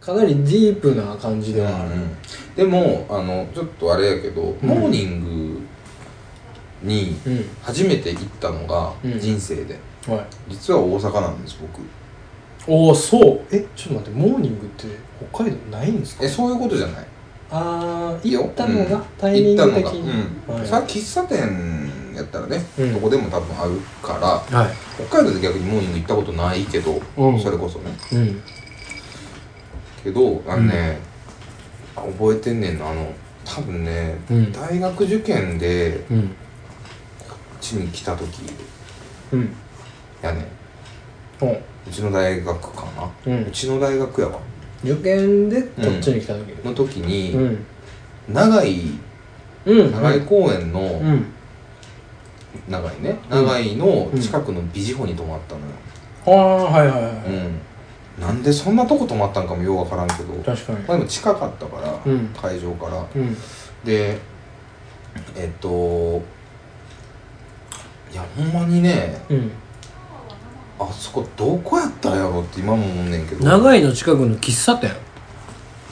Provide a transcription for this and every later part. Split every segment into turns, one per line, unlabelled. かなりディープな感じではある、
でもあのちょっとあれやけど、モーニングに
うん
初めて行ったのが
うん
人生で、
はい
実は大阪なんです僕
おおそうえちょっと待ってモーニングって北海道ないんですか
えそういうことじゃない
ああ
いいよ
行ったのが、
うん
タイミング
行っ
的
たの
に
が、うん
はい
さ喫茶店やったらね、
うん
どこでも多分あるから
は
北海道で逆にモーニング行ったことないけど、
うん
それこそね
いうん
けどあのね、あ覚えてんねんなあの多分ね、
うん
大学受験で
うん
こっちに来た時
うん
やね
うん
うちの大学かな、
う
うんちの大学やわ
受験でこっちに来た時
の時
う
に、
ん
長井
うん
長井公園の、
うん
長井ね
うん
長井の近くのビジホに泊まったのよ、
ああはいはいは
う
い、
ん、なんでそんなとこ泊まったんかもようわからんけど、ま
確かに
あ、でも近かったから、
うん
会場から
うん
でえっといやほんまにね
うん
あそこどこやったんやろって今も思うねんけど
長
い
井の近くの喫茶店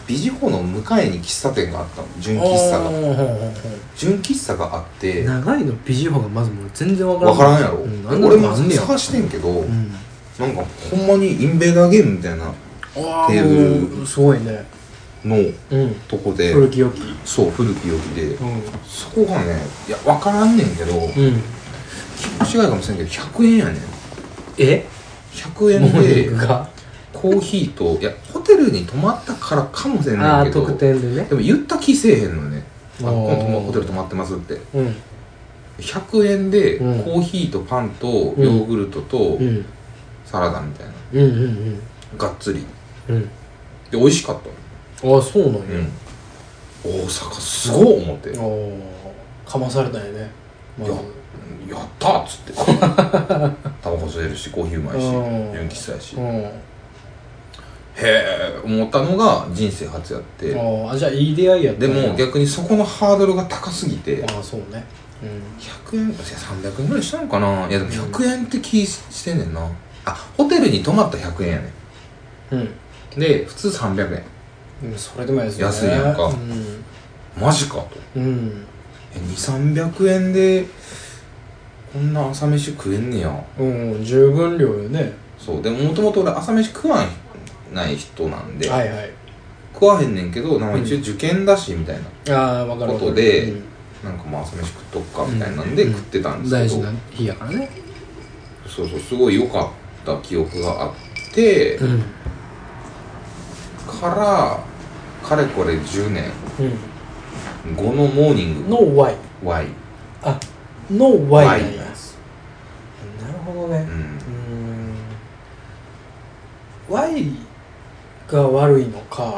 ビジホの向かいに喫茶店があったの純喫茶
あーは
が
いはいはい
純喫茶があって
長井のビジホがまずもう全然わからん
わからんやろ、
うん
で
なんで
俺も
あんねや
探してんけど、
うん
なんかほんまにインベーダーゲームみたいな
あ
テーブ
あすごいね
の
うん
とこで
古き良きう
そう古き良きで
ん
そこがねいや分からんねんけど
うん
気持違いかもしれんけど100円やねん
え
100
モ
円
ーニ
で
ングが
コーヒーといやホテルに泊まったからかもしれん
あ
ね
あ
んけど
特典でね
でも言った気せえへんのよねあ
あー
今度もホテル泊まってますって
うん
100円でコ
うん
ーヒーとパンとヨ
ん
ーグルトと
うん
サラダみたいな
うんうん
がっつり
うん
で美味しかった
うんああそうなんや、
うん大阪すごい思って
ああかまされたんやねまず
いややったーっつって タバコ吸えるしコーヒーうまいし
うん
純喫茶やし
う
へ
ん
え思ったのが人生初やって
ああじゃあいい出会いやった
でも逆にそこのハードルが高すぎて
ああそうねうん
100円いや300円ぐらいしたのかないやでも100円って気してんねんなあホテルに泊まった100円やね
うん
んで普通300円
うんそれでも安い、ね、
安いやんか
うん、
マジかと
うん
え2300円でこんな朝飯食えんねや
うん、十分量よね
そうでももともと俺朝飯食わんない人なんで、
はいはい
食わへんねんけどなんか一応受験だしみたいな、
ああ分かるわか
こ
る
とで
うん
なんかまあ朝飯食っとくかみたいなんで食ってたんですけ
大
ど、
事な日やからね
そうそうすごい良かった記憶があって、
うん
からかれこれ10年
う
後のモーニン
ん、
グの
の Y
Y、
あの Y なんや
Y なんで
なるほど
う
ね
ん
うー、ん Y が悪いの か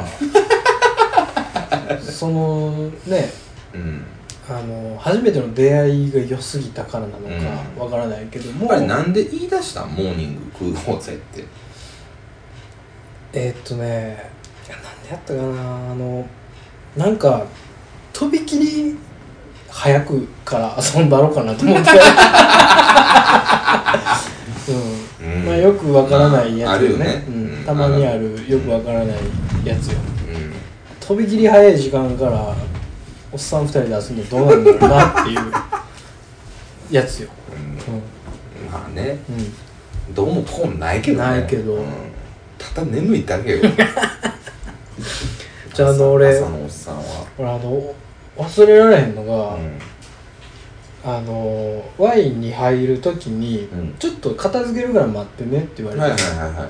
そのね
うん、
あの初めての出会いが良すぎたからなの
うん
かわからないけども、
あれなんで言い出したんモーニング食おうぜって
えーっとねいやなんでやったかなあのなんかとびきり早くから遊んだろうかなと思って うん、
うん
まあよくわからないやつよね,、
まああるよね
うん
うん
たまにあるよくわからないやつよ
うん
とびきり早い時間からおっさん二人で遊んでどうなんだろうなっていうやつよ、う
うんまあね
んうん、
どうもこうもないけどね
ないけど
うんただ眠いだけよ
じゃああの俺
朝のおっさんは
俺あの忘れられへんのが、
うん
あのーワインに入る時に、
うん
ちょっと片付けるから待ってねって言われて、
はいはいはいはい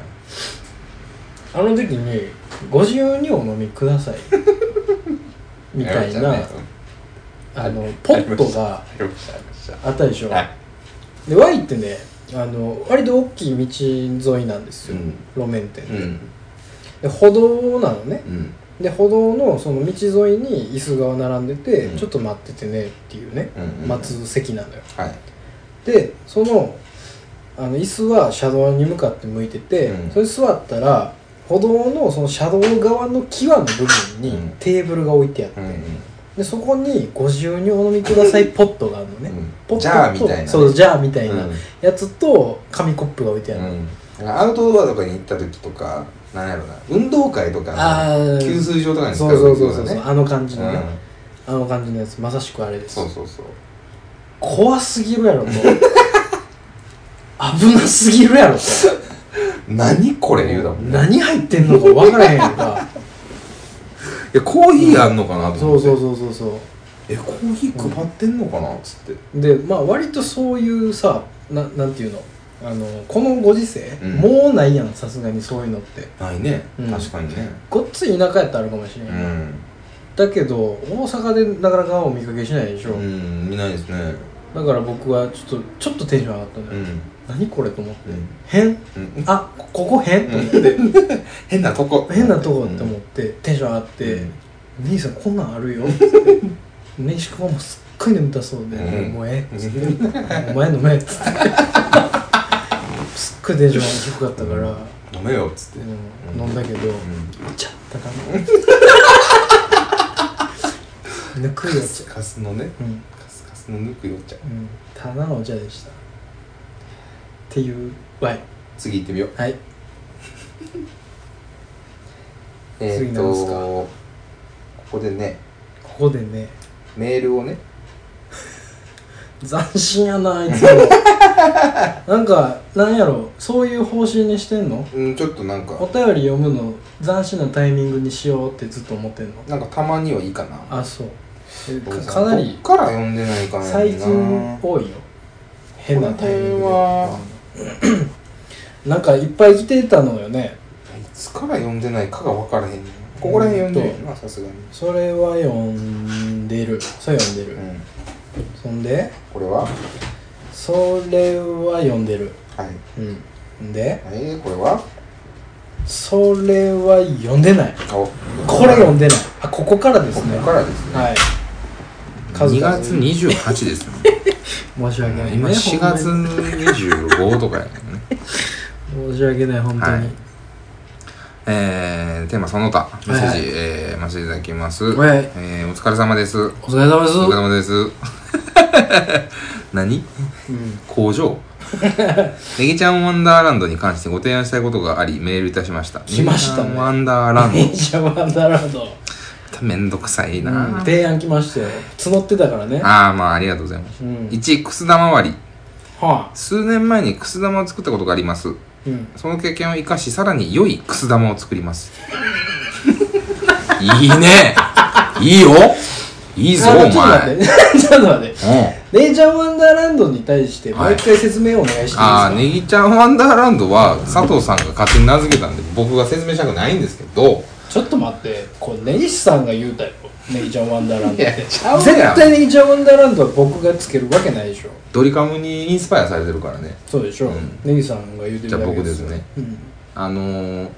あの時に「ご自由にお飲みく ださい」みたいな、
やりましたね
あのポットが
やりましたやりました
あったでしょ、
はい
でワインってねあの割と大きい道沿いなんですよ、
うん
路面店、
うん
で歩道なのね
うん
で歩道のその道沿いに椅子が並んでて、
うん
ちょっと待っててねっていうね、
うんうんうん
待つ席なのよ
はい
でそのあの椅子は車道に向かって向いてて、
うん
それ座ったら歩道のその車道側の際の部分
うん
にテーブルが置いてあって、
うんうん
でそこに「ご自由にお飲みください」ポットがあるのね、
うん
ポットと
ジャーみたいなね
そうジャーみたいな
うん
やつと紙コップが置いてあるの、
うん、アウトドアとかに行った時とかなんやろな運動会とか
あー
給水場とかに使
そううそうそうそ
水
うそ
道だ
う
ね
あの感じ
う
のね、
ん
あの感じのやつまさしくあれです
そうそうそう
怖すぎるやろと危なすぎるやろと
何これ言うだもんね
何入ってんのか分からへんやんか
いやコーヒーあんのかなと
そ
思っ
う
て
そうそうそうそ
えコーヒー配ってんのかなっつって
うでまあ割とそういうさななんていうのあのこのご時世、
うん
もうないやんさすがにそういうのって
ないね
うん
確かにね
ごっつい田舎やったらあるかもしれ
う
ない、
ん
だけど大阪でなかなかお見かけしないでしょ、
うん見ないですね
だから僕はちょっとちょっとテンション上がったね、
うん
何これと思って、
うん
変
うん
あこここ変と思っ
変なとこ
て変なとこって思って、テンション上がって、
うん
兄さんこんなんあるよっつってねしかもすっごい眠たそうで、
うん
もうええっつって、
うん
お前飲めっつってすっごいテンション低かったから、
飲めよっつって
うん飲んだけど、
うん
ちゃったかなぬくい
カ
お
ス
茶
カスのね
うん、
カスカスのぬくよっちゃ
うん、ただのお茶でしたっていうわい
次行ってみよう
はい
えー
次
っ
なんす
と
か
ここでね
ここでね
メールをね
斬新やなあいつもなんかなんやろそういう方針にしてんの
うんちょっとなんか
お便り読むの斬新なタイミングにしようってずっと思ってんの
なんかたまにはいいかな
あそうえ
僕
か
さ
かなり
こっから読んでないから
最近多いよ変なタイミング
この辺は
で なんかいっぱい来てたのよね
いつから読んでないかが分からへんねんここら辺読んでるよなさすがに
それは読んでるそれ読んで
う
る、
ん
そんで
これはは
それは読んでる
い
うんんで
はいこれは
それは読んでない
あお
これ読んでないあここからで
こ
すね
こからですね
はい
2月28ですね
申し訳ない、
今
ね
4月
ほん
25とかやねんね
まに申し訳ない本当に、
はいえー、テーマその他メッセー
は
ジ、
い
えー、マシいただきます、
はい
えー、お疲れ様ですお
お疲れ様です
疲れ様です 何
うん
工場ネギちゃんワンダーランドに関してご提案したいことがありメールいたしました
来ましたね
ネギちゃんワンダーランド
ネギちゃんワンダーランド
めんどくさいな、
うん提案来ましたよ募ってたからね
ああまあありがとうございます、
うん
1くす玉割り
はあ
数年前にくす玉を作ったことがあります
うん
その経験を生かしさらに良いくす玉を作ります いいねいいよいいぞ
あ
お前
ちょっと待って ちょっと待って
うん
ネイチャーワンダーランドに対してもう一回説明をお願いしていいですか、
ああネギちゃんワンダーランドは佐藤さんが勝手に名付けたんで僕が説明したくないんですけど
ちょっと待ってこれ根岸さんが言うたよネギちゃんワンダーランドって
いやちゃうやん
絶対ネギちゃんワンダーランドは僕がつけるわけないでしょ
ドリカムにインスパイアされてるからね
そうでしょ、
うん
ネギさんが言うてるだけ
じゃあ僕ですね
うん
あのー、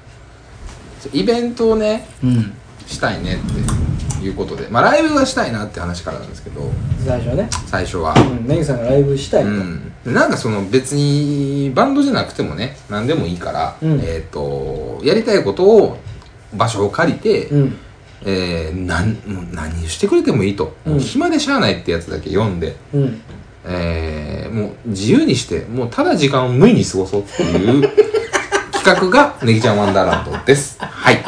イベントをね
うん
したいねっていうことでまあライブがしたいなって話からなんですけど
最初はね、
最初は
うん、ネギさんがライブしたいと、
うんでなんかその別にバンドじゃなくてもね何でもいいから、
うん
えっ、とやりたいことを場所を借りて、
うん
えー、なんもう何してくれてもいいと、
うん
暇でしゃあないってやつだけ読んで、
うん
えー、もう自由にしてもうただ時間を無意に過ごそうっていう 企画が「ネギちゃんワンダーランド」ですはい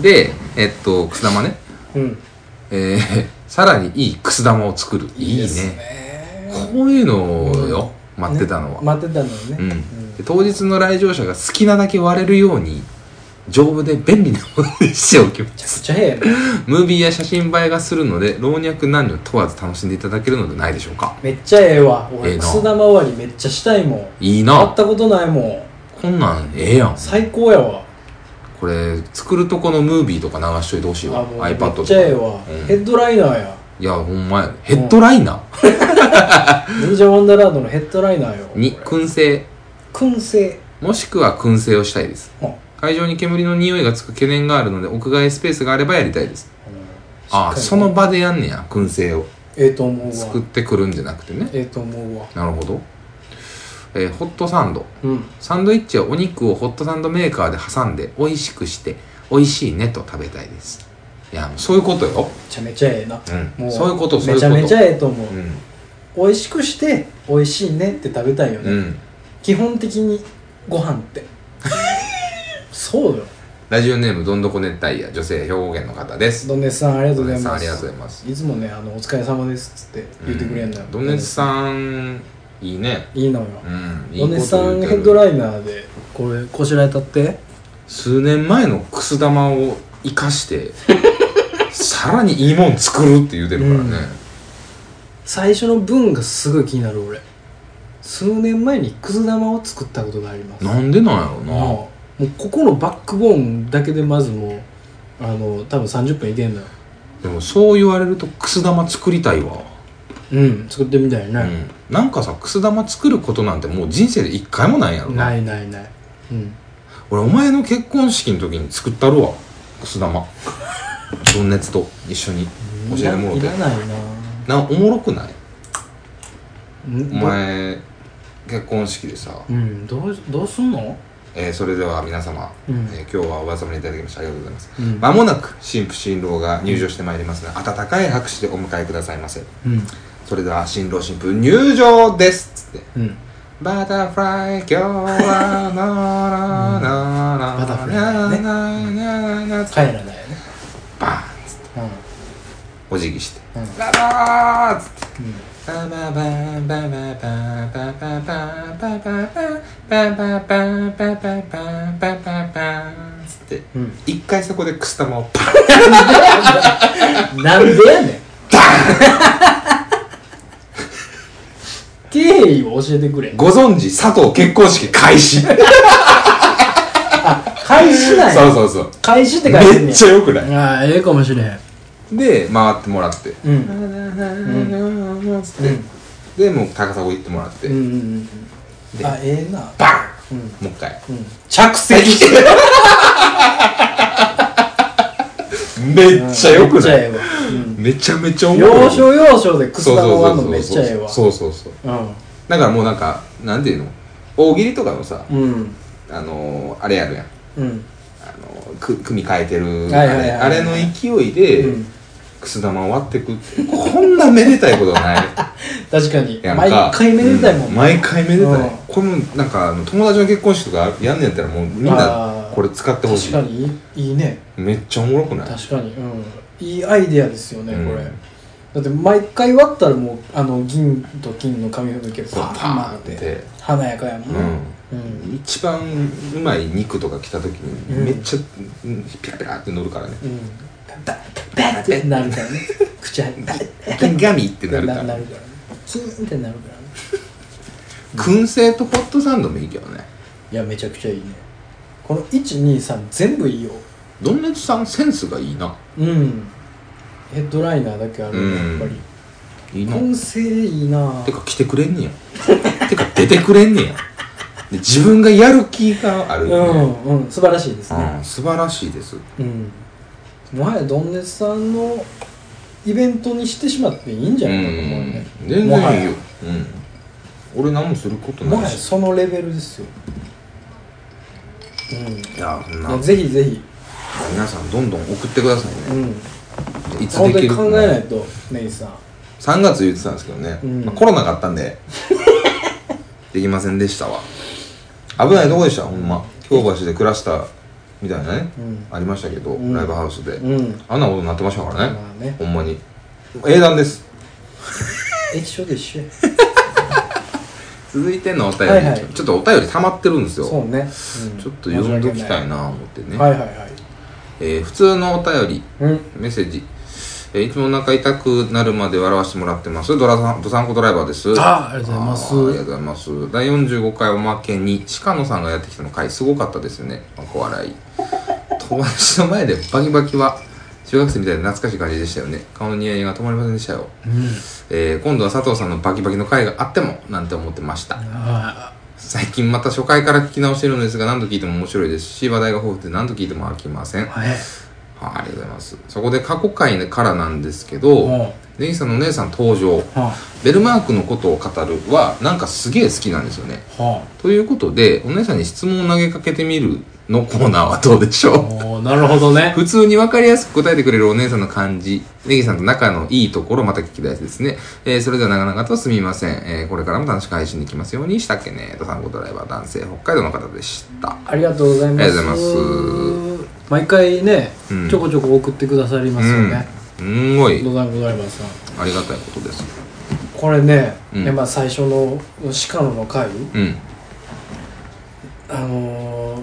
でえっとくす玉ね
うん
えー、 さらにいいくす玉を作るいいね
ですね
こういうのをよ待ってたのは、
待ってたのよね、
うんで当日の来場者が好きなだけ割れるように丈夫で便利なものにしておきま
めち
す
ゃくちゃええな
ムービーや写真映えがするので老若男女問わず楽しんでいただけるのではないでしょうか
めっちゃええわ俺
ええな
くす玉割りめっちゃしたいもん
い
会
い
っ
な
たことないもん
こんなんええやん
最高やわ
これ作るとこのムービーとか流しといてほしいわ
あもう
iPad
め
と
っち
か
ゃええわ、
うん
ヘッドライナーや
いやほんまやヘッドライナ
ネギちゃんワンダーランドのヘッドライナーよ
ーに
これ
燻製
燻製
もしくは燻製をしたいです
うんうん
会場に煙の匂いがつく懸念があるので屋外スペースがあればやりたいです
しっか
ああ
り
その場でやんねや燻製を
ええと思う
作っ
わ
てくるんじゃなくてね
ええと思うわ
なるほど、えーホットサンド
うん
サンドイッチはお肉をホットサンドメーカーで挟んで美味しくして美味しいねと食べたいですいやそういうことよ、
めちゃめちゃええな
うん、そういうことそうい
めち
うこと
ゃめちゃええと思う
う、ん、
美味しくして美味しいねって食べたいよね、
うん、
基本的にご飯ってそうよ
ラジオネームどんどこ熱帯夜女性兵庫県の方です
ドンネツさんありがとうござい
さん
ま
ありがとうご
す
ざいます
いつもねあの「お疲れ様です」っつって言ってくれるんだよ、
ドンネツさんいいね
いいのよ、
うんいい
ド
こ
ン
と
ネツさん
言う
ヘ
てる
ッドライナーでこれこしらえたって
数年前のくす玉を生かして さらにいいもん作るって言うてるからね、
最初の文がすごい気になる俺数年前にくず玉を作ったことがあります
なんでなんやろうな、
もうもうここのバックボーンだけでまずもうあの多分30分いけんのよ
でもそう言われるとくす玉作りたいわ、
うん作ってみたいね、
うん、なんかさくす玉作ることなんてもう人生で一回もないやろ
ないないない、うん、
俺お前の結婚式の時に作ったるわくす玉分熱と一緒に教えてもろ
い
て
らいらないな
なおもろくない
うん
お前結婚式でさ、
うんどうどうすんの、
えーそれでは皆様、
うん
えー今日はお集まりいただきましてありがとうございます
うん
まもなく新婦新郎が入場してまいりますので温かい拍手でお迎えくださいませ
うん
それでは新郎新婦入場ですつって
うん
バタフライ今日はななな
バタフライね
なな
帰らないよね
バーンっつって
う
お辞儀して
んうん
ラバーっつっ
う
て
ん
バババババババババババババババババババンつって
うん
一回そこでくす玉をパン
なんでやねん経緯を教えてくれ
ご存知佐藤結婚式開始そう
開始なんや
そうそう
開始って書いてん
め
ね
っちゃよくない
んああええかもしれへん
で回ってもらって
うん
つってでもう高砂行ってもらって
うんうんうん
で
あええな
バ
うん
ンもう一回
うん着席して
めっちゃよく
めっちゃ
な
え
い
えわうん
めちゃめちゃおもろ
要
い
所要所でくす
そう
玉
そ
があ
うん
の
そう
めっちゃええわ
そうそうそう
うん
だからもうなんかなんていうの大喜利とかのさ
うん
あのーあれやるやん
うん
あのーく組変えてる
はいは
あ
いはい
れあれの勢いで
うん
くす玉割ってくこんなめでたいことない
確かに
やん
毎
か
回めでたいもん
う毎回めでたい
うん
これもなんかあの友達の結婚式とかやんねんやったらもうみん
あ
な
ー
これ使ってほし
確か
い
にいいいいね
めっちゃおもろくない
確かにうんいいアイデアですよね
うん
これだって毎回割ったらもうあの銀と金の紙吹雪が
そう
パ
パ
ーン
ーン
回
っ
って
て
華やかやもん
う
ね
ん
うん
一番うまい肉とか来た時
う
に
ん
めっちゃうんピラピラって乗るからね
うんバッバッってなるからね口入ってバッ
「ガミ!」ってなるか
な
ら
るからねキーンってなるからね
燻製とホットサンドもいいけどね
いやめちゃくちゃいいねこの123全部いいよ
ドンネツさんセンスがいいな
うんヘッドライナーだけあるよ
うん
やっぱり
いいな
音声いいな
てか来てくれんねやてか出てくれんねやで自分がやる気があ
う
るよね
んうん素晴らしいです
う
ね
ん素晴らしいです
うん前ドンネツさんのイベントにしてしまっていいんじゃないかと思うね
うん全
もは
然いい
や
よ、うん、俺何もすること
もは
な
いや
し
そのレベルですようん
いやそん
い
な
やぜひぜひ
皆さんどんどん送ってくださいね、
うん
いつ
本
で
当
き
に
る
考えないとネギさん
3月言ってたんですけどね、
うん
まあコロナがあったんでできませんでしたわ危ないとこでしたほんま京橋で暮らしたみたいなね、
うん
ありましたけど、
うん
ライブハウスで、
うん
あんなことになってましたからね、
まあね
ほんまに英断です
液晶で一緒や
続いてのお便り、
はいはい
ちょっとお便り溜まってるんですよ
そうね、うん
ちょっと読んどきたいな思ってね、
はいはいはい
えー普通のお便り
うん
メッセージ、えーいつもお腹痛くなるまで笑わせてもらってますドラさんドサンコドライバーです
あありがとうございます
あーありがとうございます第45回おまけに鹿野さんがやってきたの回すごかったですねお笑い友達の前でバキバキは中学生みたいで懐かしい感じでしたよね顔のニヤニヤが止まりませんでしたよ、えー今度は佐藤さんのバキバキの回があってもなんて思ってました
あ
最近また初回から聞き直してるのですが何度聞いても面白いですし話題が豊富で何度聞いても飽きません
あはい
はい、ありがとうございます。そこで過去回からなんですけど、
うん
ネギさんのお姉さん登場。
は
ベルマークのことを語るは、なんかすげえ好きなんですよね。
あは
ということで、お姉さんに質問を投げかけてみるのコーナーはどうでしょう
おーなるほどね
普通に分かりやすく答えてくれるお姉さんの感じ、ネギさんと仲のいいところ、また聞きたいですね。えーそれでは長々とすみません。えーこれからも楽しく配信できますようにしたっけね。と、サンゴドライバー男性、北海道の方でした。
ありがとうございます
ありがとうございます
毎回ね、
うん
ちょこちょこ送ってくださりますよね、
うん、すんごい
ございございます
ありがたいことです
これね、
うん
やっぱ最初の鹿野の回
うん
あのー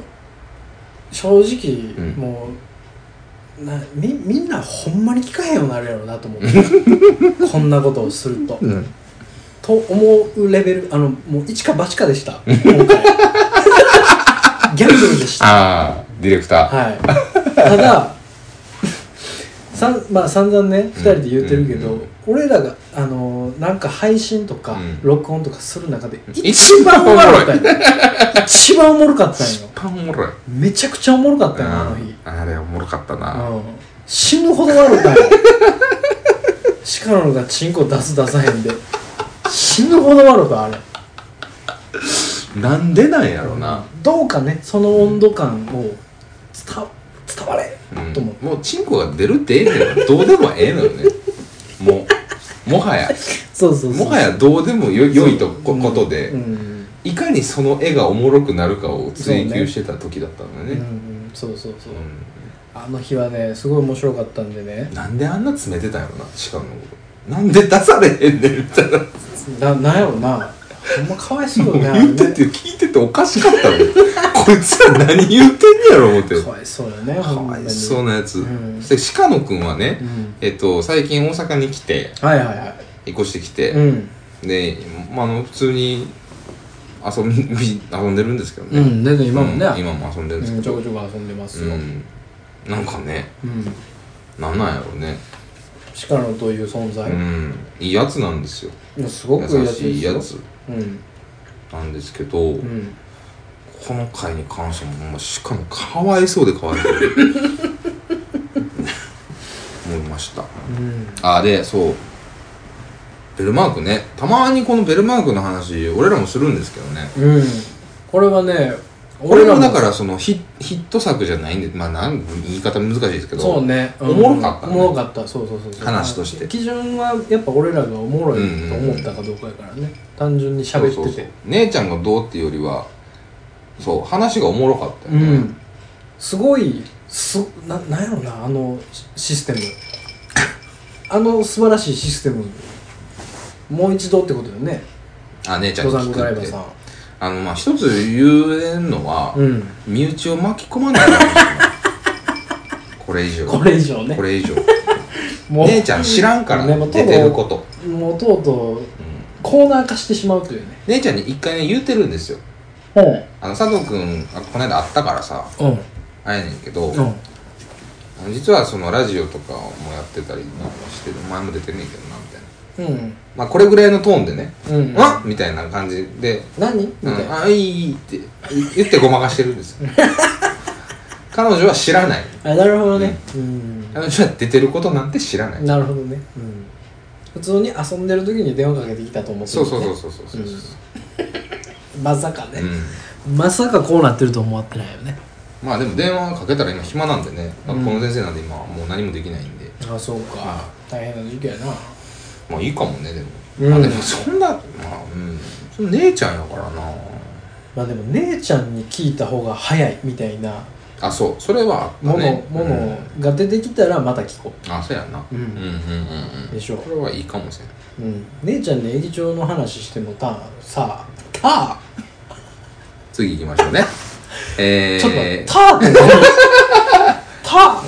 正直、
うん
もうなみみんなほんまに聞かへんようになるやろうなと思って こんなことをすると、
うん
と思うレベルあのもう一か八かで した今回ギャンブルでした
ああディレクター、
はい、たださんまあ散々ね2人で言ってるけど、
うんうん
俺らが、あのーなんか配信とか、
うん
録音とかする中で
一
一
番
番
お
お
も
も
ろ
ろ
い
かったんよ一番おもろかったんよ
パンおもろい
めちゃくちゃおもろかったんよあの日、
うんあれおもろかったな、
うん、死ぬほど悪かったんよ鹿野がチンコ出す出さへんで死ぬほど悪かったあれ
なんでなんやろな、
どうかねその温度感を伝伝われ
うん
と思って
もうチンコが出るってええねんよどうでもええのよねもうもはや
そうそうそう
もはやどうでもよ良いとこ
うん
ことで、
うん
いかにその絵がおもろくなるかを追求してた時だったんだね
うんうん、そうそうそう、
う
あの日はねすごい面白かったんでね
んなんであんな詰めてたんやろなしかもなんで出されへんねんみたいな
ななんやろなほんまかわいそうよね
言ってて聞いてておかしかったのよこいつら何言ってんねやろ思って
あれねかわいそうよね
か
ほんま
わ
に
いそうなやつ、
うん
そして鹿野くんはね、
うん
えっと最近大阪に来て
はいはいは
引っ越してき
い
て、
うん、
で、まあ、あの普通に遊び 遊んでるんですけどね、
うん、でね今もね、
うん今も遊んでるんです
う
け
んちょ
ど、
こちょこ遊んでます
う
よ、
ん、なんかね
うん、
なんなんやろうね、
鹿野という存在
う、ん、いいやつなんですよ
いやすごく
優しいや
です
つ
ようん
なんですけど、
うん
この回に関してももうしかもかわいそうでかわいそう で思いました
うん
あでそうベルマークねたまにこのベルマークの話俺らもするんですけどね
うんこれはね
これもだ
も
からそのヒヒット作じゃないんでまあなん言い方難しいですけど
そうね、
おもろかったね
おもろかったそうそうそうそう
話として
基準はやっぱ俺らがおもろいと思ったかどうかやからね、単純に喋ってて
そうそうそう姉ちゃんがどうっていうよりはそう話がおもろかったよね、
うんすごいすななんやろなあのシシ ステムあの素晴らしいシステムもう一度ってことよね
あ姉ちゃん
登山
が聞
口ドライ
く
バ
っ
ー
て
さん
あのまあ一つ言えんのは、
うん
身内を巻き込まないでほしいな これ以上
これ以上ね
これ以上
も
姉ちゃん知らんから、
ねもう
出てること、
うもうとうとう
うん
コーナー化してしまうというね
姉ちゃんに一回ね言うてるんですよあの佐藤君あこの間会ったからさ
うんうん
あれやねんけど、
うん
あの実はそのラジオとかもやってたりなんかしてる前も出てんねんけどなみたいな
うん
まあこれぐらいのトーンでね
う
「
ん
あみたいな感じで
何み
「
たい
うん、
な、
あいいいい」って言ってごまかしてる んですよ彼女は知らない
あなるほどねうん
彼女は出てることなんて知らない
なるほどね、うん、普通に遊んでる時に電話かけてきたと思って
そう
る、ね、
そうそうそうそうそう
うんまさか
う
ね、
ん
まさかこうなってると思ってないよね
まあでも電話かけたら今暇なんでね
うん
学校の先生なんで今はもう何もできないんで、
あそうか大変な時期やな
まあいいかもねでも、
うん
まあでもそんなまあうんその姉ちゃんやからな
まあでも姉ちゃんに聞いた方が早いみたいな
あそうそれはあった
もの,、
ね
ものが出てきたらまた聞こ
うんあそうやな、
うん
うんうんうんうん
でしょ、
これはいいかもしれないう
うん、姉ちゃんに駅長の話してもたさあたあ、
次行きましょうねえ ー、
ちょっと待ってたあって何たあ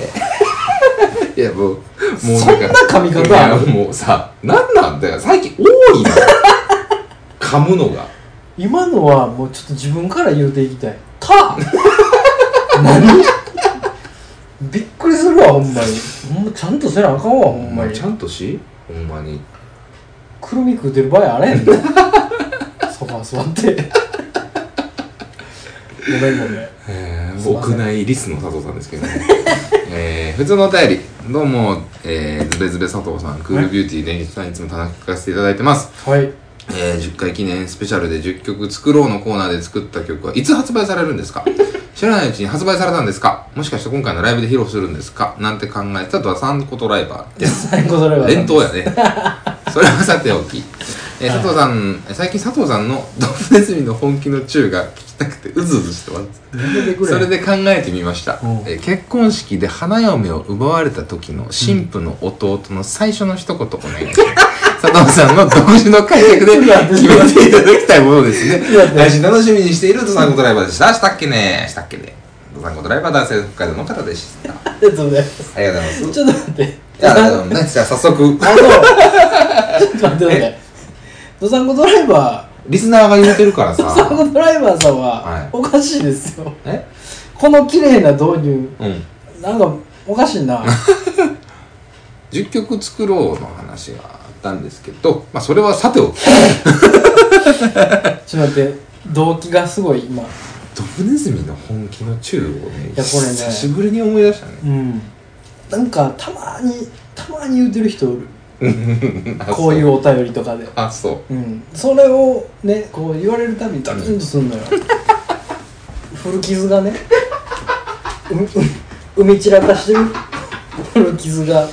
いやもうもう
そんな噛み方ある
いやもうさなんなんだよ最近多 いな噛むのが
今のはもうちょっと自分から言うていきたい「た」 何びっくりするわほんまにほんまちゃんとせなあかんわほんまに
ちゃんとしほんまに
くるみ食うてる場合あれへ んでソファ座ってごめんごめん
えー
すいません
屋内リスの佐藤さんですけどね、 えー普通のお便りどうも、えー、ズベズベ佐藤さんクールビューティー連日さんいつも楽しく聞かせていただいてます、
はい
えー10回記念スペシャルで10曲作ろうのコーナーで作った曲はいつ発売されるんで すか知らないうちに発売されたんですかもしかして今回のライブで披露するんですかなんて考 えてたとはサンコトライバーです
最後それは
連投やねそれはさておきえー佐藤さん、最近佐藤さんのドブネズミの本気の宙が聞きたくてうずうずしてますそれで考えてみました
うん、
えー結婚式で花嫁を奪われた時の新婦の弟の最初の一言お願いし ます佐藤さんの独自の解釈で決めていただきたいものですね
いやね
来週楽しみにしているドサンコドライバーでしたしたっけねしたっけねドサンコドライバー男性北海道の方でした
ありがとうございます
ありがとうございます
ちょっと待って
じゃあ、でもねじゃあ早速
あのちょっと待って待ってドサンコドライバ
リスナーが言うてるから
ードサン
さ
コドライバーさんは
はい
おかしいですよ
え
この綺麗な導入
うん
なんかおかしいな
10曲作ろうの話があったんですけど、まあ、それはさておき
ちょっと待って動機がすごい今
ドブネズミの本気の宙をね
いやこれね
久しぶりに思い出したね
うんなんかたまにたまに言うてる人おる
あそ
こういうお便りとかで
あそう
うんそれをねこう言われるたびにダキンとすんのよ 古傷がねうう埋め散らかしてる古傷が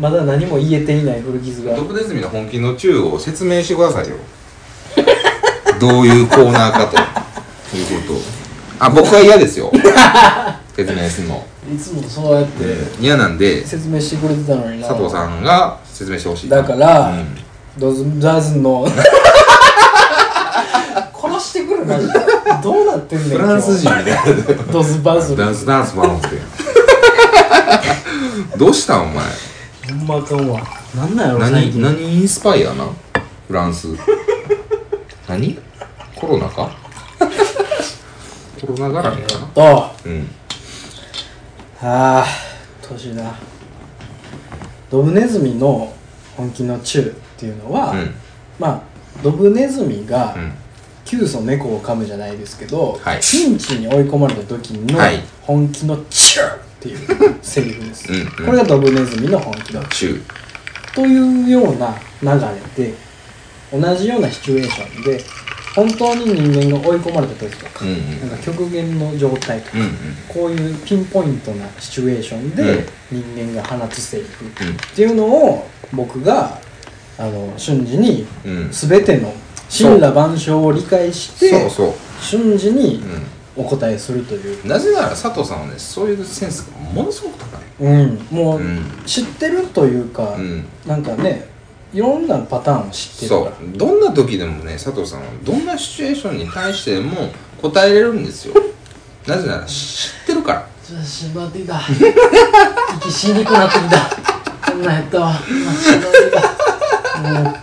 まだ何も言えていない古傷が
ドブネズミの本気の宙を説明してくださいよ どういうコーナーかとということをあ僕は 嫌ですよ説明するの
いつもそうやって
嫌なんで
説明してくれてたのにな
佐藤さんが説明してほしい
だから
うん
ドズダズンの殺してくるなどうなってんねん
フランス人
今
みたいな
日ドズバズン
ダンスダンスバンス ってどうしたんお前
ほんまあかんわなんなんやろ最
何
近
何インスパイアなフラン ス何コロナかコロナ絡みかな
とあ
うん
あ年だドブネズミの本気のチュウっていうのは、
うん
まあドブネズミが
うん
窮鼠猫を噛むじゃないですけど、
はい
ピンチに追い込まれた時の
はい
本気のチュウっていうセリフです、
うんうん
これがドブネズミの本気のチュウ
中
というような流れで同じようなシチュエーションで本当に人間が追い込まれた時とか,、
うんうん
なんか極限の状態とか、
うんうん
こういうピンポイントなシチュエーションで人間が放つセリフっ
うん
ていうのを僕があの瞬時に
うん
全ての神羅万象を理解して
そうそ
瞬時に
う、う
お答えするという、
ん、なぜなら佐藤さんはねそういうセンスがものすごく高い
うん、もう
うん、
知ってるというか、
うん、
なんかねいろんなパターンを知ってる
そ
か
うどんな時でもね佐藤さんはどんなシチュエーションに対しても答えれるんですよなぜなら知ってるから
らしばでが息しにくくなってきたこんなんやったわ今しばでがもう
だか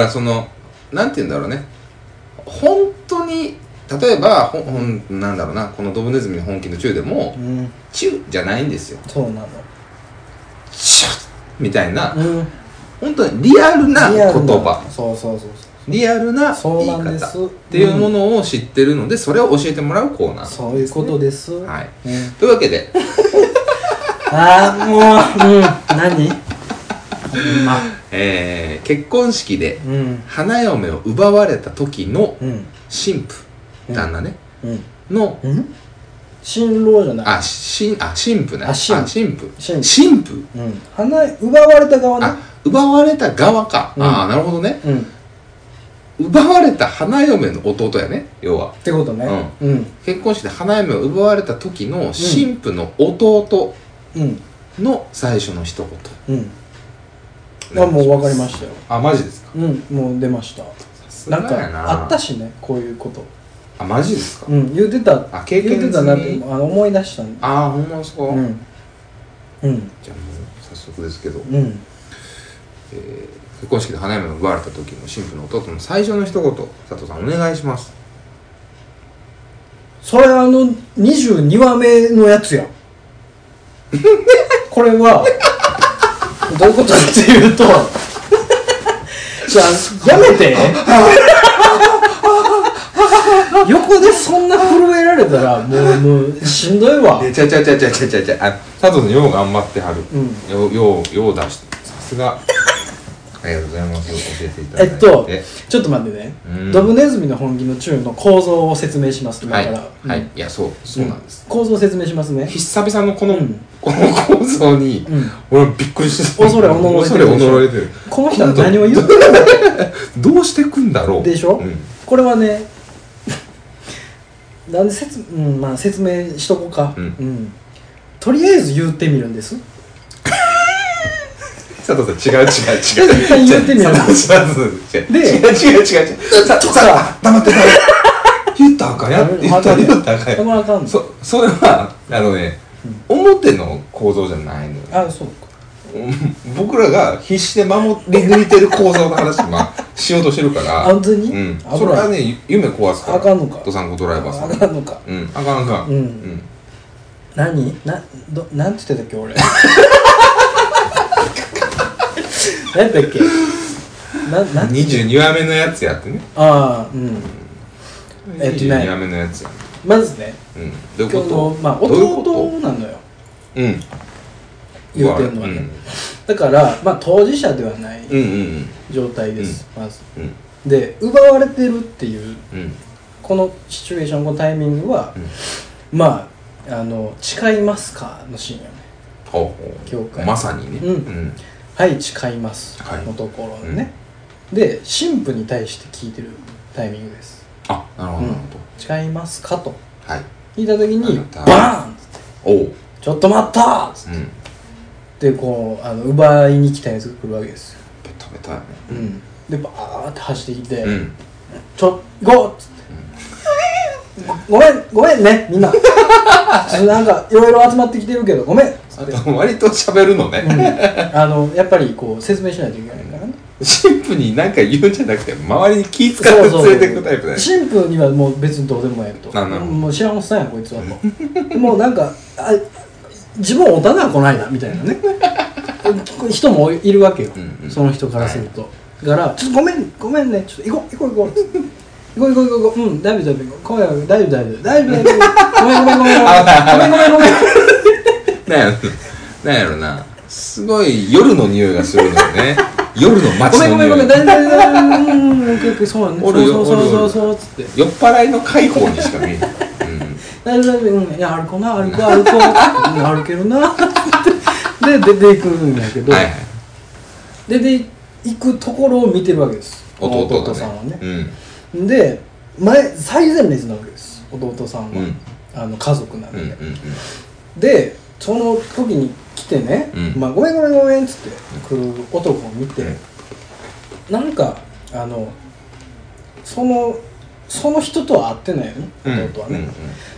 らそのなんて言うんだろうね本当に例えばほほんなんだろうなこのドブネズミの本気のチューでも
うん
「チュー」じゃないんですよ
そうなの
「チュー」みたいな
うん
本当にリアルな
リ
言
アルな
葉
そうそうそう
リアルな
そ
言
う
い
なんです
方っていうものを知ってるのでそれを教えてもらうコーナー
そうそういうことです、
はい
うん、
というわけで
ああもううん何ま
えー結婚式で
うん
花嫁を奪われた時の
うん
新婦
うん
旦那ね
うん
の
うん新郎じゃない
あ新あ新婦ね
あ新婦
あ新婦
新婦
新婦
うん花奪われた側ね
あ奪われた側か、
うん
ああなるほどね
うんっ
奪われた花嫁の弟やね要は
てことねうん
結婚式で花嫁を奪われた時の新婦の弟
うん
の最初の一言、
うん、あもう分かりましたよ
あマジですか
うんもう出ました
さすが
なん
や
か
な
あったしねこういうこと
あマジですか、
うん言うてた
あ経験
言うてたなって
済み
あの思い出したんで
ああほんまですか、
うんうん
じゃあもう早速ですけど、
うん
えー結婚式で花嫁を奪われた時の新婦の弟の最初の一言佐藤さんお願いします
それあの22話目のや つやんこれはどういうことかっていうとじゃあやめて横でそんな震えられたらもうもうしんどいわ
えちゃちゃちゃちゃちゃちゃちゃあ佐藤さんよう頑張ってはる
うん
ようようよう出してさすがありがとうございます。教えていただい
え
て。
っとちょっと待ってね、
うん
ドブネズミの本気の宙の構造を説明します今
は
か
い、
ら、
はい、いや、そう、そうなんです。
構造を説明しますね
久々のこの、
うん
この構造に、
うん
俺びっくりして
恐れおののれて
恐
る
れ
でしょ
おののれてる。
この人は何を言ってる
どうしてくんだろう。
でしょ
うん、
これはねなんで説,、うんまあ、説明しとこうか、
うん
とりあえず言ってみるんです
佐藤さん、違う違う違う。
絶対言ってみる
佐藤さん佐藤さん違う
で
違う違う違う違う。さ、ちょっと黙って黙 って。言ったらあかんや。言ったら言ったらあかん
こ
や。
れはあかんの
そ、それは、あのね、表の構造じゃないのよ。
あそうか
うん僕らが必死で守り抜いてる構造の話まあしようとしてるから
あ本当に
うん、
危ない
それはね夢壊すから
あかんのか
ドサンコドライバーさ
あ
ん
かんのか
うんあかんあかん
うん何などなんて言ってたっけ 俺何やったっけな
うん
なんて
22話目のやつやってね
ああうんえっとね
22話目のやつや
まずね
うんどういう
今
こ
日のまあ
とどういうこと
弟なのよ
うん
言うてんのはね、
うん
だからまあ当事者ではない
うんうん
状態です、まず
うんうん
で奪われてるっていう
うん
このシチュエーションこのタイミングは、まああの誓いますかのシーンよね
ほう
教
ほう
会
まさにね
うんはい誓います、
はい
のところでね、で神父に対して聞いてるタイミングです
あなるほ
うん
どなるほど
誓いますかと
はい
聞いた時に
あなた
バーンっつって
おう
ちょっと待ったっつっ
うん
てこうあの奪いに来たやつが来るわけですよ、
ベタベタやね
うん、でバーって走ってきて、
うん
ちょゴーっつって、ごめんごめんねみん なちょっとなんかいろいろ集まってきてるけどごめんっつ
あ
って、
と 割と喋るのね
うん、あのやっぱりこう説明しないといけないからね
神父に何か言うんじゃなくて周りに気使って連れてくタイプだよね
シンプルにはもう別にどうでもええと
なるほど
もう知らんおっさんやこいつはともうなんかあ自分をおたなこないなみたいなね人もいるわけよ、
うんうん
その人からすると、だから「ちょっとごめんごめんねちょっと行こう行こう行こう」っつって行こう行こう行こううん大丈夫大丈夫声は大丈夫大丈夫大丈夫大丈夫ごめんごめんごめんごめんごめんごめんごめん
なんやろなんやろなすごい夜の匂いがするのよね夜の街
ごめんご
の
めんご
匂
めん
い
大丈夫大丈夫うんうんうんオッケーオッケーそうなんね
おる
そ
よ
うそう
おる
そ
お
う
る
そうつって
酔っ払いの解放にしか見えない、うん、
大丈夫大丈夫うんいや歩こうな歩こう歩こううん歩けるなで出ていくんやけど、
はいはい
出ていくところを見てるわけです
弟がね
さんはね
う、ん
で前最前列なわけです弟さんは、
うん
あの家族なんで、
うんうん
でその時に来てね「
うん
まあ、ごめんごめんごめん」っつって来る男を見て、
うん
なんかあのそのその人とは会ってないよね
うん
弟はね、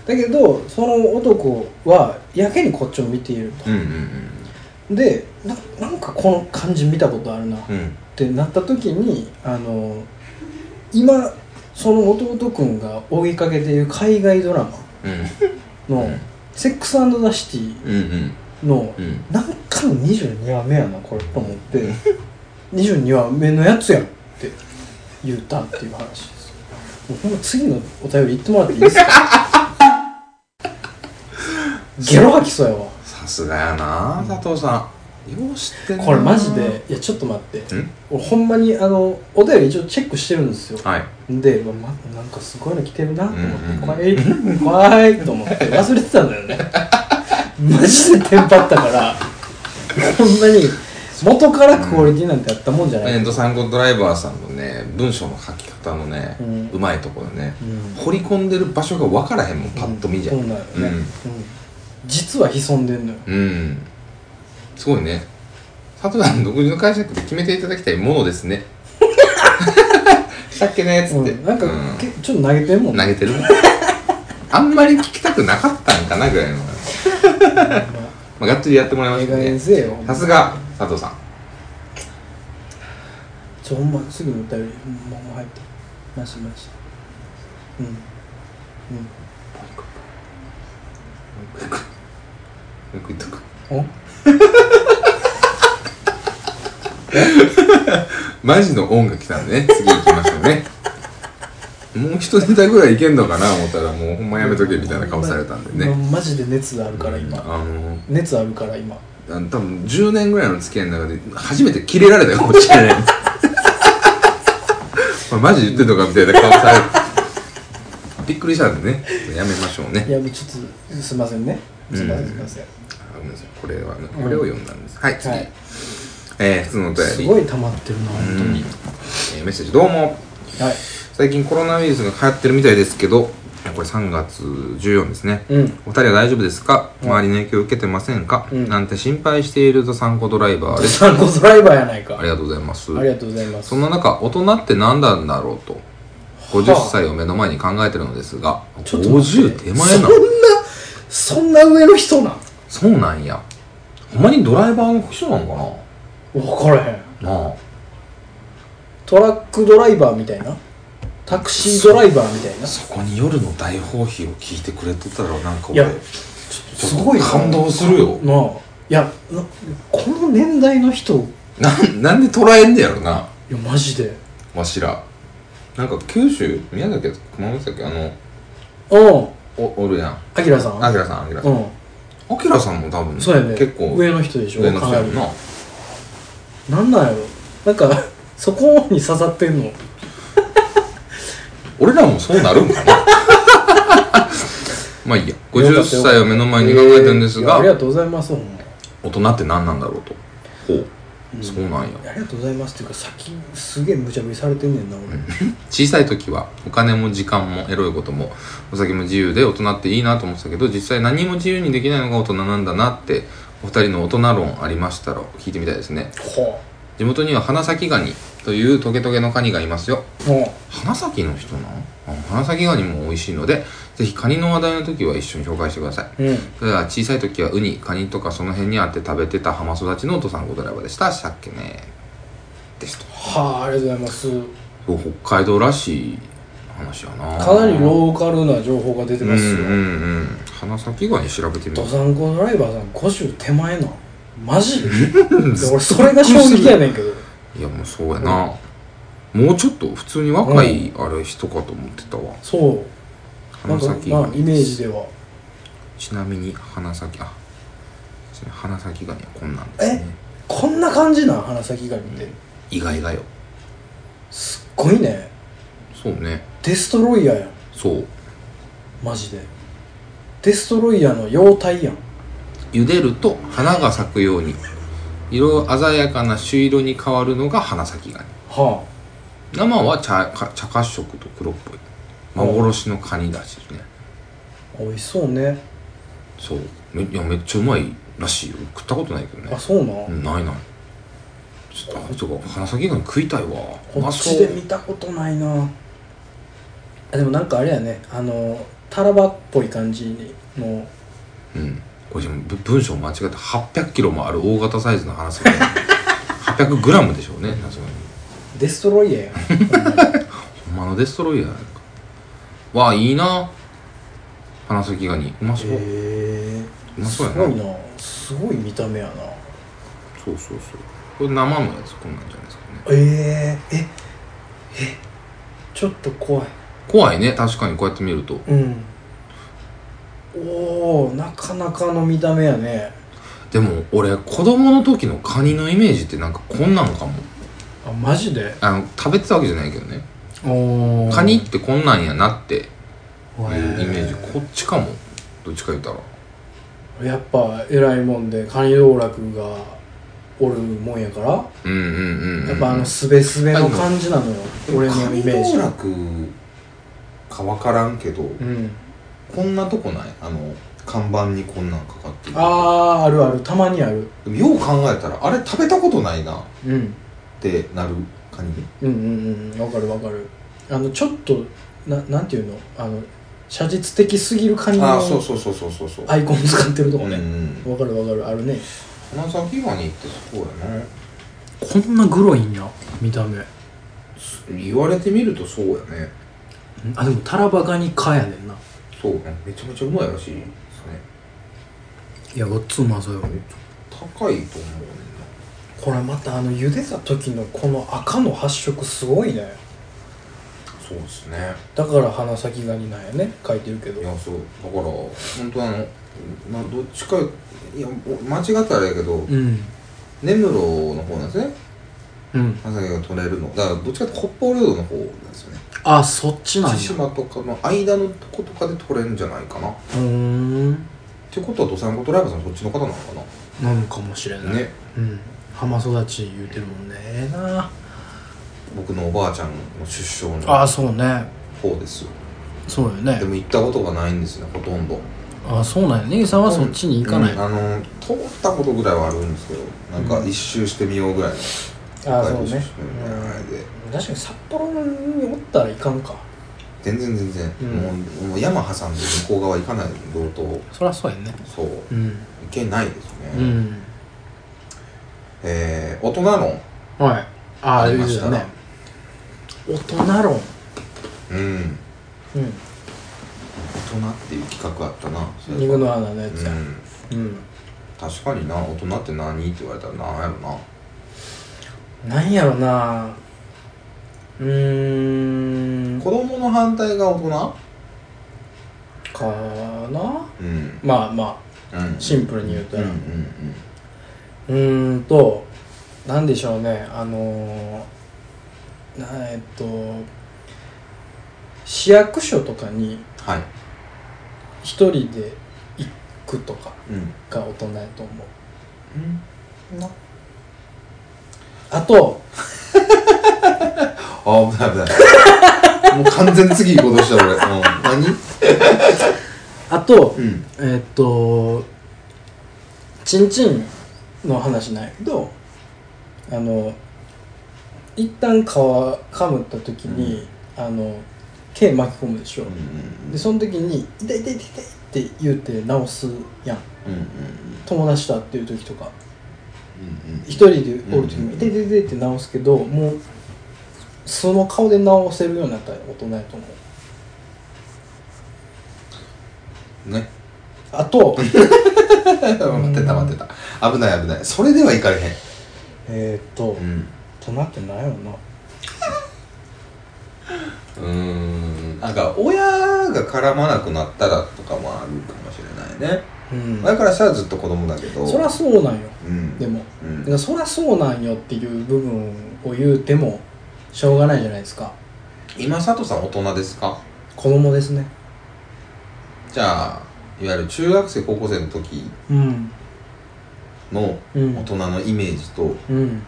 だけどその男はやけにこっちを見ていると
うんうん
でななんかこの感じ見たことあるなっ
うんうん
てなった時にあの今その弟くんが追いかけている海外ドラマ
うん
の
うん
「セックスザ・シティ
うんうん」
の
うんうん
なんかの22話目やなこれと思って22話目のやつやんって言ったっていう話ですもうほんま次のお便り言ってもらっていいですか ゲロ吐きそうやわ
さすがやな佐藤さんよう知ってんな
これマジでいやちょっと待って
うん
俺ほんまにあのお便り一応チェックしてるんですよ
はい
で、まま、なんかすごいの来てるなと思
うんうん
って、怖い怖いと思って忘れてたんだよ ねマジでテンパったからほんまに元からクオリティなんてあったもんじゃない、
えー、とサンゴドライバーさんのね文章の書き方のね、
う
うんまいところね、
うん
掘り込んでる場所が分からへんもんパッと見じゃ
そう
うん、
なんよね、うん実は潜んでんのよ
すごいね佐藤さんの独自の解釈で決めていただきたいもので すねさっきのやつって、
うん、なんか、
うん
けちょっと投げてんもん
投げてるあんまり聞きたくなかったんかな ぐらいの、まあ、がっつりやってもら
映
いました
画に
ね
せえよ
さすが佐藤さん
ちょほんま次のお便りほんまもう入ってマシマシうんうん
よく言っとく
お
マジの音が来たんでね次行きましょうねもう一ネタぐらいいけんのかな思ったらもうほんまやめとけみたいな顔されたんで
ま
ね
マジで熱があるから今、
あの
熱あるから今
あの多分10年ぐらいの付き合いの中で初めてキレられたかもしれない お前マジ言ってんのかみたいな顔されてびっくりしたんでねやめましょうね
いやもうちょっとすいませんねすいませんすいません
あごめんなさいこれはねこれを読んだんです、はい次、
はい
えー、普通のお便
す
り
ごい溜まってるな本当に
えーメッセージどうも
はい
最近コロナウイルスが流行ってるみたいですけどこれ3月14ですね、
うん
お二人は大丈夫ですか、周りの影響を受けてませんか、
うん
なんて心配していると参考ドライバーです
サンコドライバーやないか
ありがとうございます
ありがとうございます
そんな中大人って何なんだろうと50歳を目の前に考えてるのですが、
ちょっと待って
50手前な
そんなそんな上の人なん
そうなんやほんまにドライバーの人なんか
分からへん
ななあ
トラックドライバーみたいなタクシードライバーみたいな
そこに夜の大放棄を聞いてくれてたらなん
い
か俺
やすごいな
感動するよ
なあいやなこの年代の人い
なんなんで捉えんねやろな
やマジで
わしらなんか九州宮崎やったっけ熊本だっけあの
うん
おおるやん
あきらさん
あきらさんあきらさん
う
あきらさんも多分
んそうやね
結構
上の人でしょ
上の人や
か
ん
な
な
りなんなんやろなんか そこに刺さってんの
俺らもそうな るんかなまあいいや50歳を目の前に考えてるんです
えーいや
が
ありがとうございますほんま
大人って何なんだろうとほう、
うん
そうなんや
ありがとうございますっていうか先すげえ無茶ぶりされてんねんな俺
小さい時はお金も時間もエロいこともお酒も自由で大人っていいなと思ってたけど実際何も自由にできないのが大人なんだなってお二人の大人論ありましたら聞いてみたいですね
ほ
地元には花咲ガニというトゲトゲのカニがいますよ
うほ
花咲の人なんあ花咲ガニも美味しいのでぜひカニの話題の時は一緒に紹介してくださいう
うん
それでは小さい時はウニカニとかその辺にあって食べてた浜育ちのお父さんごドライバーでしたしたっけねですと
はあありがとうございます
北海道らしい話やな
かなりローカルな情報が出て
うん
ますよ、
うんうん花咲ガニ調べてみよ
ド
う
サンコドライバーさん50手前なマ ジでで俺それが衝撃やねんけど
いやもうそうやな、もうちょっと普通に若いあれ人かと思ってたわ
そうなん
花
か
咲
ま
ガ
あ
ニ
イメージでは
ちなみに花咲あちなみに花咲ガニはこんなんですね
こんな感じなん花咲ガニって、
意外がよ
すっごいね
そうね
デストロイヤーやん
そう
マジでデストロイヤーの妖体やん
茹でると花が咲くように色鮮やかな朱色に変わるのが花咲ガニ
は
生は茶か茶褐色と黒っぽい幻のカニだしね
あ美味しそうね
そうめいやめっちゃうまいらしいよ食ったことないけどね
あそうな、
うんないないちょっとあそうか花咲ガニ食いたいわう
こ
ま
っ
そう
ちで見たことないなあでもなんかあれやねあのタラバっぽい感じの
うんこれでもぶ文章間違って800キロもある大型サイズの花咲ガ ニ800グラムでしょうねさすがに
デストロイヤーやんほんまに
ほんまのデストロイヤーやんかわあいいな花咲ガニうまそう、
へ
う
え
ますそうやな
ごいなすごい見た目やな
そうそうそうこれ生のやつこんなんじゃないですかね
えー、ええちょっと怖い
怖いね確かにこうやって見ると
うんおおなかなかの見た目やね
でも俺子供の時のカニのイメージってなんかこんなんかも
あマジで
あの食べてたわけじゃないけどね
お
カニってこんなんやなっていう
イ
イメージこっちかもどっちか言ったら
やっぱ偉いもんでカニ道楽がおるもんやから
うんうんうん、うん、
やっぱあのスベスベの感じなのよ、俺のイメージ
楽かわからんけど
うん
こんなとこないあの看板にこんなんかかってる
あああるあるたまにある、
でもよう考えたらあれ食べたことないなっ
うん、うん
てなるカニ
うんうんうんわかるわかるあのちょっとななんていうのあの写実的すぎるカニの
ああそうそうそうそうそうそう
アイコン使ってるとこ
う
ね
ん
わかるわかるあるね
花咲ガニってそうやな
こんなグロいんや見た目
言われてみるとそうやね
あでもタラバガニかやねんな
そうねめちゃめちゃうまいらしいですね
いやごっつうまそうよ
高いと思うね
これまたあの茹でた時のこの赤の発色すごいね
そうですね
だから鼻先がになんやね書いてるけど
いやそうだから本当あの、まあ、どっちかいやお間違ったらやけど、
うん
根室の方なんですね
うん
朝日が取れるのだからどっちかっていうと北方領土の方なんですよね
あそっちなんや
千島とかの間のとことかで取れるんじゃないかなっ
うーん
てことは土産子ドライバーさんそっちの方なのか
なのかもしれな、
ないね
うん浜育ち言うてるもんねええな
僕のおばあちゃんの出生
あ
の
あそうね
方ですよ
そうよね
でも行ったことがないんですねほとんど
ああそうなんやネギさんはそっちに行かない、
うんあの通ったことぐらいはあるんですけどなんか一周してみようぐらいの
ああそうね、
うんあれで
うん、確かに札幌におったらいかんか
全然全然、
うん
もうもう山挟んで向こう側行かない道東
そりゃそうやね
そう行
うん
けないですね、
うん
えー、大人論
はいあ
あ
あ
り
言
ま
う
してた
た
ら
ね大人論
うん
うん
大人っていう企画あったなそれ
肉の花のや
う
つや
ん
うん、
確かにな大人って何って言われたらなんやろな
なんやろなうーん
子供の反対が大人
かな
うん
まあま
うん
あシンプルに言うと
うん
や
うん
なうーんとなんでしょうねあのー、なえっと市役所とかに
はい
一人で行くとか
うん
が大人やと思うなあと
あ危ない危ないもう完全に次行こうとした俺、うん、何
あと、
うん
えっとチンチンの話なんやけどあの一旦皮噛むった時に、あの毛巻き込むでしょ、
うんうん
でその時に「痛い痛い痛い痛い」って言うて直すやん
うんうん
友達と会ってる時とか
うん
一人でおる時
うんうん
も「痛い痛い痛い」って直すけどもうその顔で直せるようになったら大人やと思う
うんね
あ と
待ってた待ってた危ない危ないそれではいかれへん
えっと
うん
大人ってなんやろな
うーんなんか親が絡まなくなったらとかもあるかもしれないね
うん
前からしたらずっと子供だけど
そりゃそうなんよ
うん
でも
うん
だからそりゃそうなんよっていう部分を言うてもしょうがないじゃないですか
今佐藤さん大人ですか
子供ですね
じゃあいわゆる中学生高校生の時
うん
の
う
大
ん
人のイメージと、
うん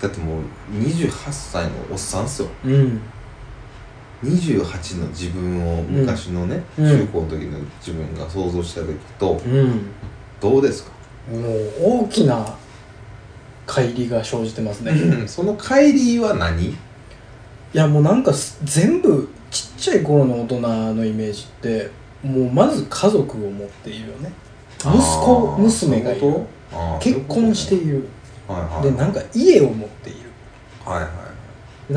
だってもう28歳のおっさんっすよ
うん
28の自分を昔のね、
うん
中高の時の自分が想像した時と
うん
どうですか、
もう大きな乖離が生じてますねい
うんその帰りは何
やもうなんかす全部ちっちゃい頃の大人のイメージってもうまず家族を持っているよね息子
あー
娘がい
そ
る
ういうことあー
結婚している
はいは
で
い
なんか家を持っている
はいは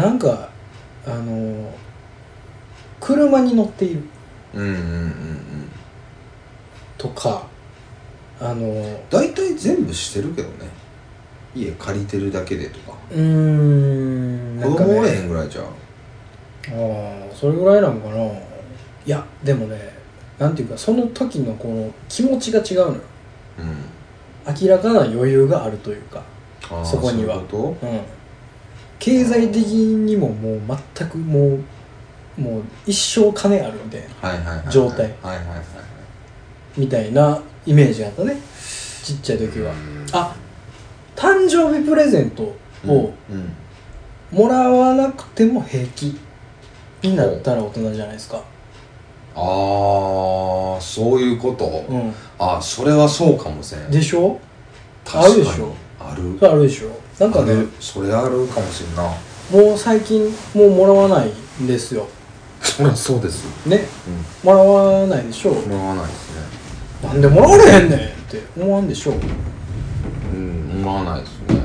なんかあのー車に乗っている
いうんうんうんうん
とかあのう
大体全部してるけどね家借りてるだけでとか
ーんなん
子
か
供おれ
ね
へんぐらいじゃん
ああそれぐらいなんかないやでもねなんていうかその時のこの気持ちが違うのよ
うん
明らかな余裕があるというか、
あー
そこには
そういうこ
うん、経済的にももう全くもうもう一生金あるみたいな
とはいはいはいはい
状態
はいはいはいはい
みたいなイメージがあったねちっちゃい時は
うん
あ誕生日プレゼントを
うんうん
もらわなくても平気になったら大人じゃないですか
ああそういうこと、
うん
あそれはそうかもしれん
でしょ
確か
あ
に
るでしょ
ある
あるでしょなんか
あ
ね
るそれあるかもしれんな
もう最近もうもらわないんですよ
そりゃそうです
ね
う
もらわないでしょ
ん思わないですね
なんでもらわれへんねんって思わんでしょ
うん思わないですね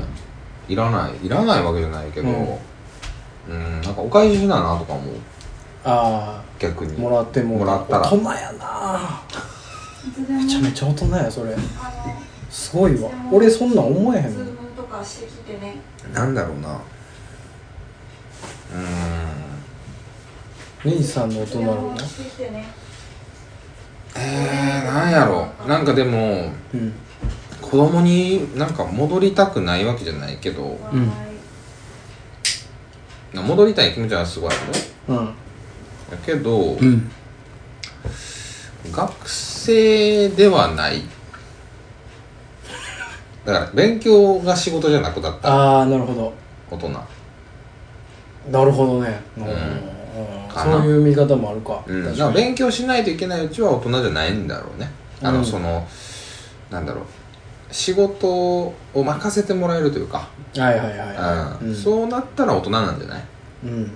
いらないいらないわけじゃないけどうん、なんかお返しだなとか思う
あ
逆に
あもらっても
もらったら
大人やなめちゃめちゃ大人やそれすごいわ俺そんなん思えへんもん
とかしてきてね
なんだろうなうーん
レイジさんの音なのな
えー、なんやろなんかでも
うん
子供になんか戻りたくないわけじゃないけど
うん
な戻りたい気持ちはすごいあるね
うん
だけど、
ん
学生では ないだから勉強が仕事じゃなくなった
ああなるほど
大人
なるほどね、うんん
かな
そういう見方もあるか,、
うん、だ
確
か
からに
勉強しないといけないうちは大人じゃないんだろうねあの、
うん
そのなんだろう仕事を任せてもらえるというか、
はいはいはい
うん
うん
そうなったら大人なんじゃないっ
うん、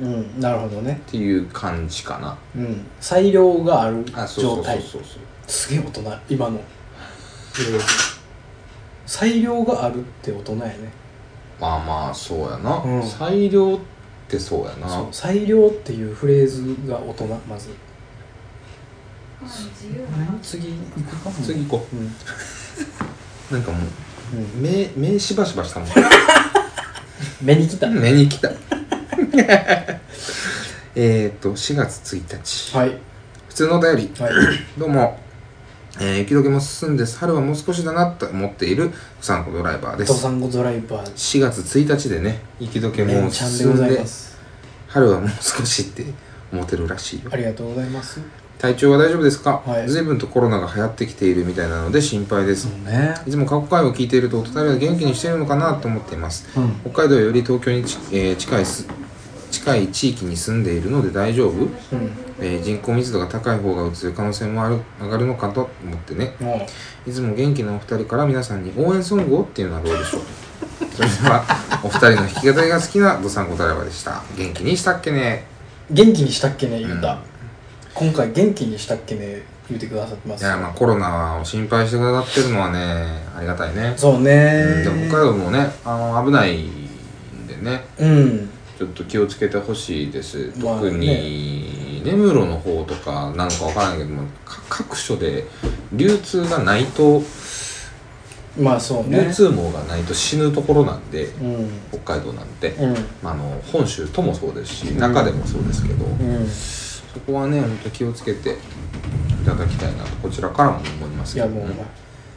うん、なるほどね、
ていう感じかな
うん、裁量がある
あそうそ
状
うそう
態
そうそう
すげえ大人今の裁量があるって大人やね
まあまあそうやな、
うん
裁量ってそうやな
そう裁量っていうフレーズが大人まず次行くか
次行こ
うん、
うなんかもう
うん、
目目しばしばしたもん
目に来た
目に来た えっと4月1日、
はい
普通のお便り
はい
どうも、えー雪解けも進んで春はもう少しだなと思っている不参考ドライバーで
ド
す
サンゴドライバー
4月1日でね雪解け
め
も
ん
う
ちゃんで
進
ご
ん
ざい
で
ます
春はもう少しって思ってるらしいよ
ありがとうございます
体調は大丈夫ですか、
はい
随分とコロナが流行ってきているみたいなので心配です、
そうね
いつも過去回を聞いているとお二人は元気にしているのかなと思っています
うん
北海道より東京にち、えー近いす近い地域に住んでいるので大丈夫、えー人口密度が高い方がうつる可能性もある上がるのかと思ってね
も
いつも元気なお二人から皆さんに応援ソングをっていうのはどうでしょうそれで はお二人の弾き語りが好きなドサンコドライバーでした元気にしたっけね
う元気にしたっけね言うた、
うん
今回元気にしたっけね言うてくださってま
い
す
やまあコロナを心配してくださってるのはねありがたいね、
そう
うん
ね
でも北海道もねあの危ないんでね
うん
ちょっと気をつけてほしいです
まあ
特に根室の方とかなのかわからないけどもか各所で流通がないと
まあそうね
流通網がないと死ぬところなんで
うん
北海道なんて、
うん
まあ、あの本州ともそうですし中でもそうですけど、
うん
そこはね本当気をつけていただきたいなとこちらからも思います
い
けど
や
ね
もう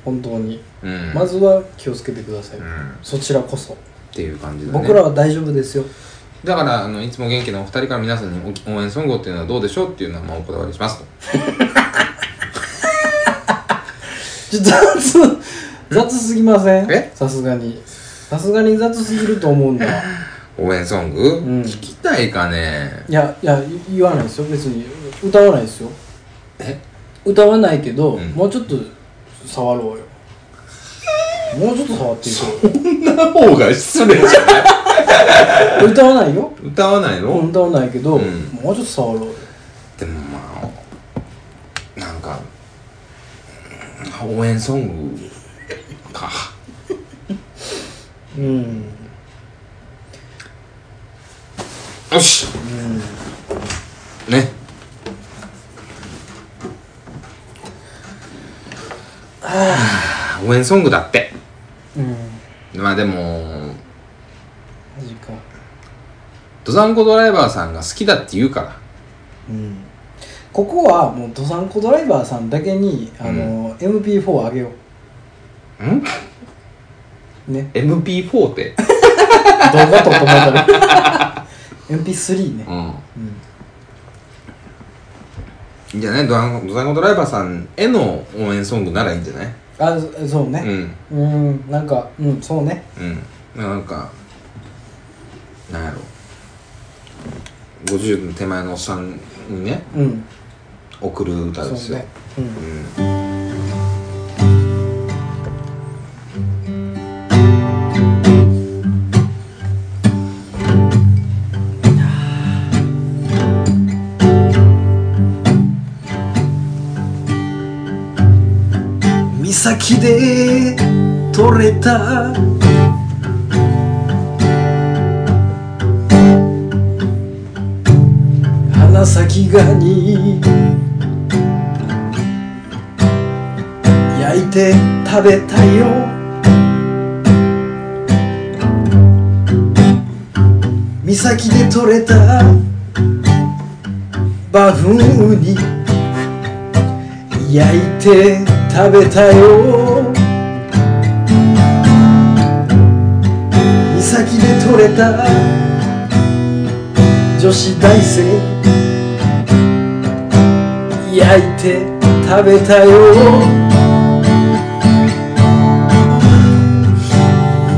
本当に
うん、
まずは気をつけてください、
うん、っ
そちらこそ
ていう感じだね
僕らは大丈夫ですよ
だからあのいつも元気なお二人から皆さんにおき応援ソングをっていうのはどうでしょうっていうのはまあおこだわりしますと
ちょ雑雑すぎません
え
さすがにさすがに雑すぎると思うんだ
応援ソング、
ん
聞きたいかね
いやいや言わないですよ別に歌わないですよ
え
歌わないけど、
うん
もうちょっと触ろうよもうちょっと触ってい
そんな方が失礼じゃない
こう歌わないよ
歌わないの、
歌わないけど、
うん
もうちょっと触ろうよ
でもまあなんかうん応援ソングか
うん
よしねはあ応援ソングだって
うん
まあでも
マジか
ドザンコドライバーさんが好きだって言うから
うんここはもうドサンコドライバーさんだけにあの、MP4 あげよ
ん
うね
MP4 って、
動画撮ってもらったら MP3 ね
うん、
うん
いいんじゃないドザンドザンコドライバーさんへの応援ソングならいいんじゃない
あそそう
う
ね
ん
うんんなんかうんそうね
うんなんかなんやろ50の手前のおっさんにね
うん
送る歌で
そう
すよ、
ねうん
岬で取れた
花咲ガニ焼いて食べたよ岬で採れたバフンに焼いて食べたよ岬で採れた女子大生焼いて食べたよ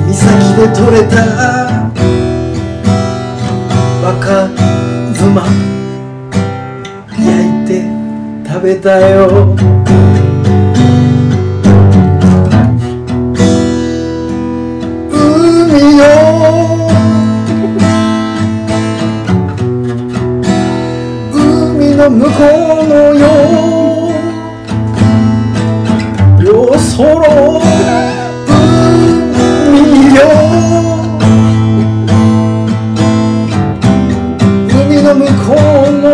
岬で採れた若妻焼いて食べたよ海よ海の向こうのよよそろ海よ海の向こうの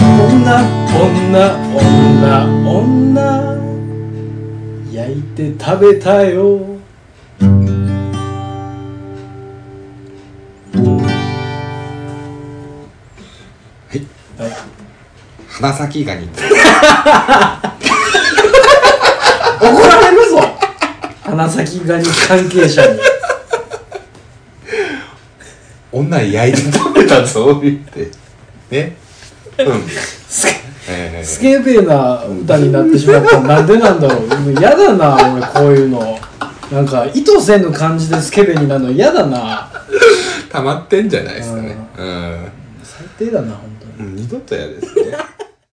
女女女女焼いて食べたよはい
鼻先がに
怒られるぞ花咲ガニ関係者に
女焼いて食べ たぞ言ってねうんえ
スケベな歌になってしまったなんでなんだろうもう嫌だな俺こういうのなんか意図せぬ感じでスケベになるの嫌だな
ー、溜まってんじゃないですかねうん
最低だな本当に
うん二度と嫌ですね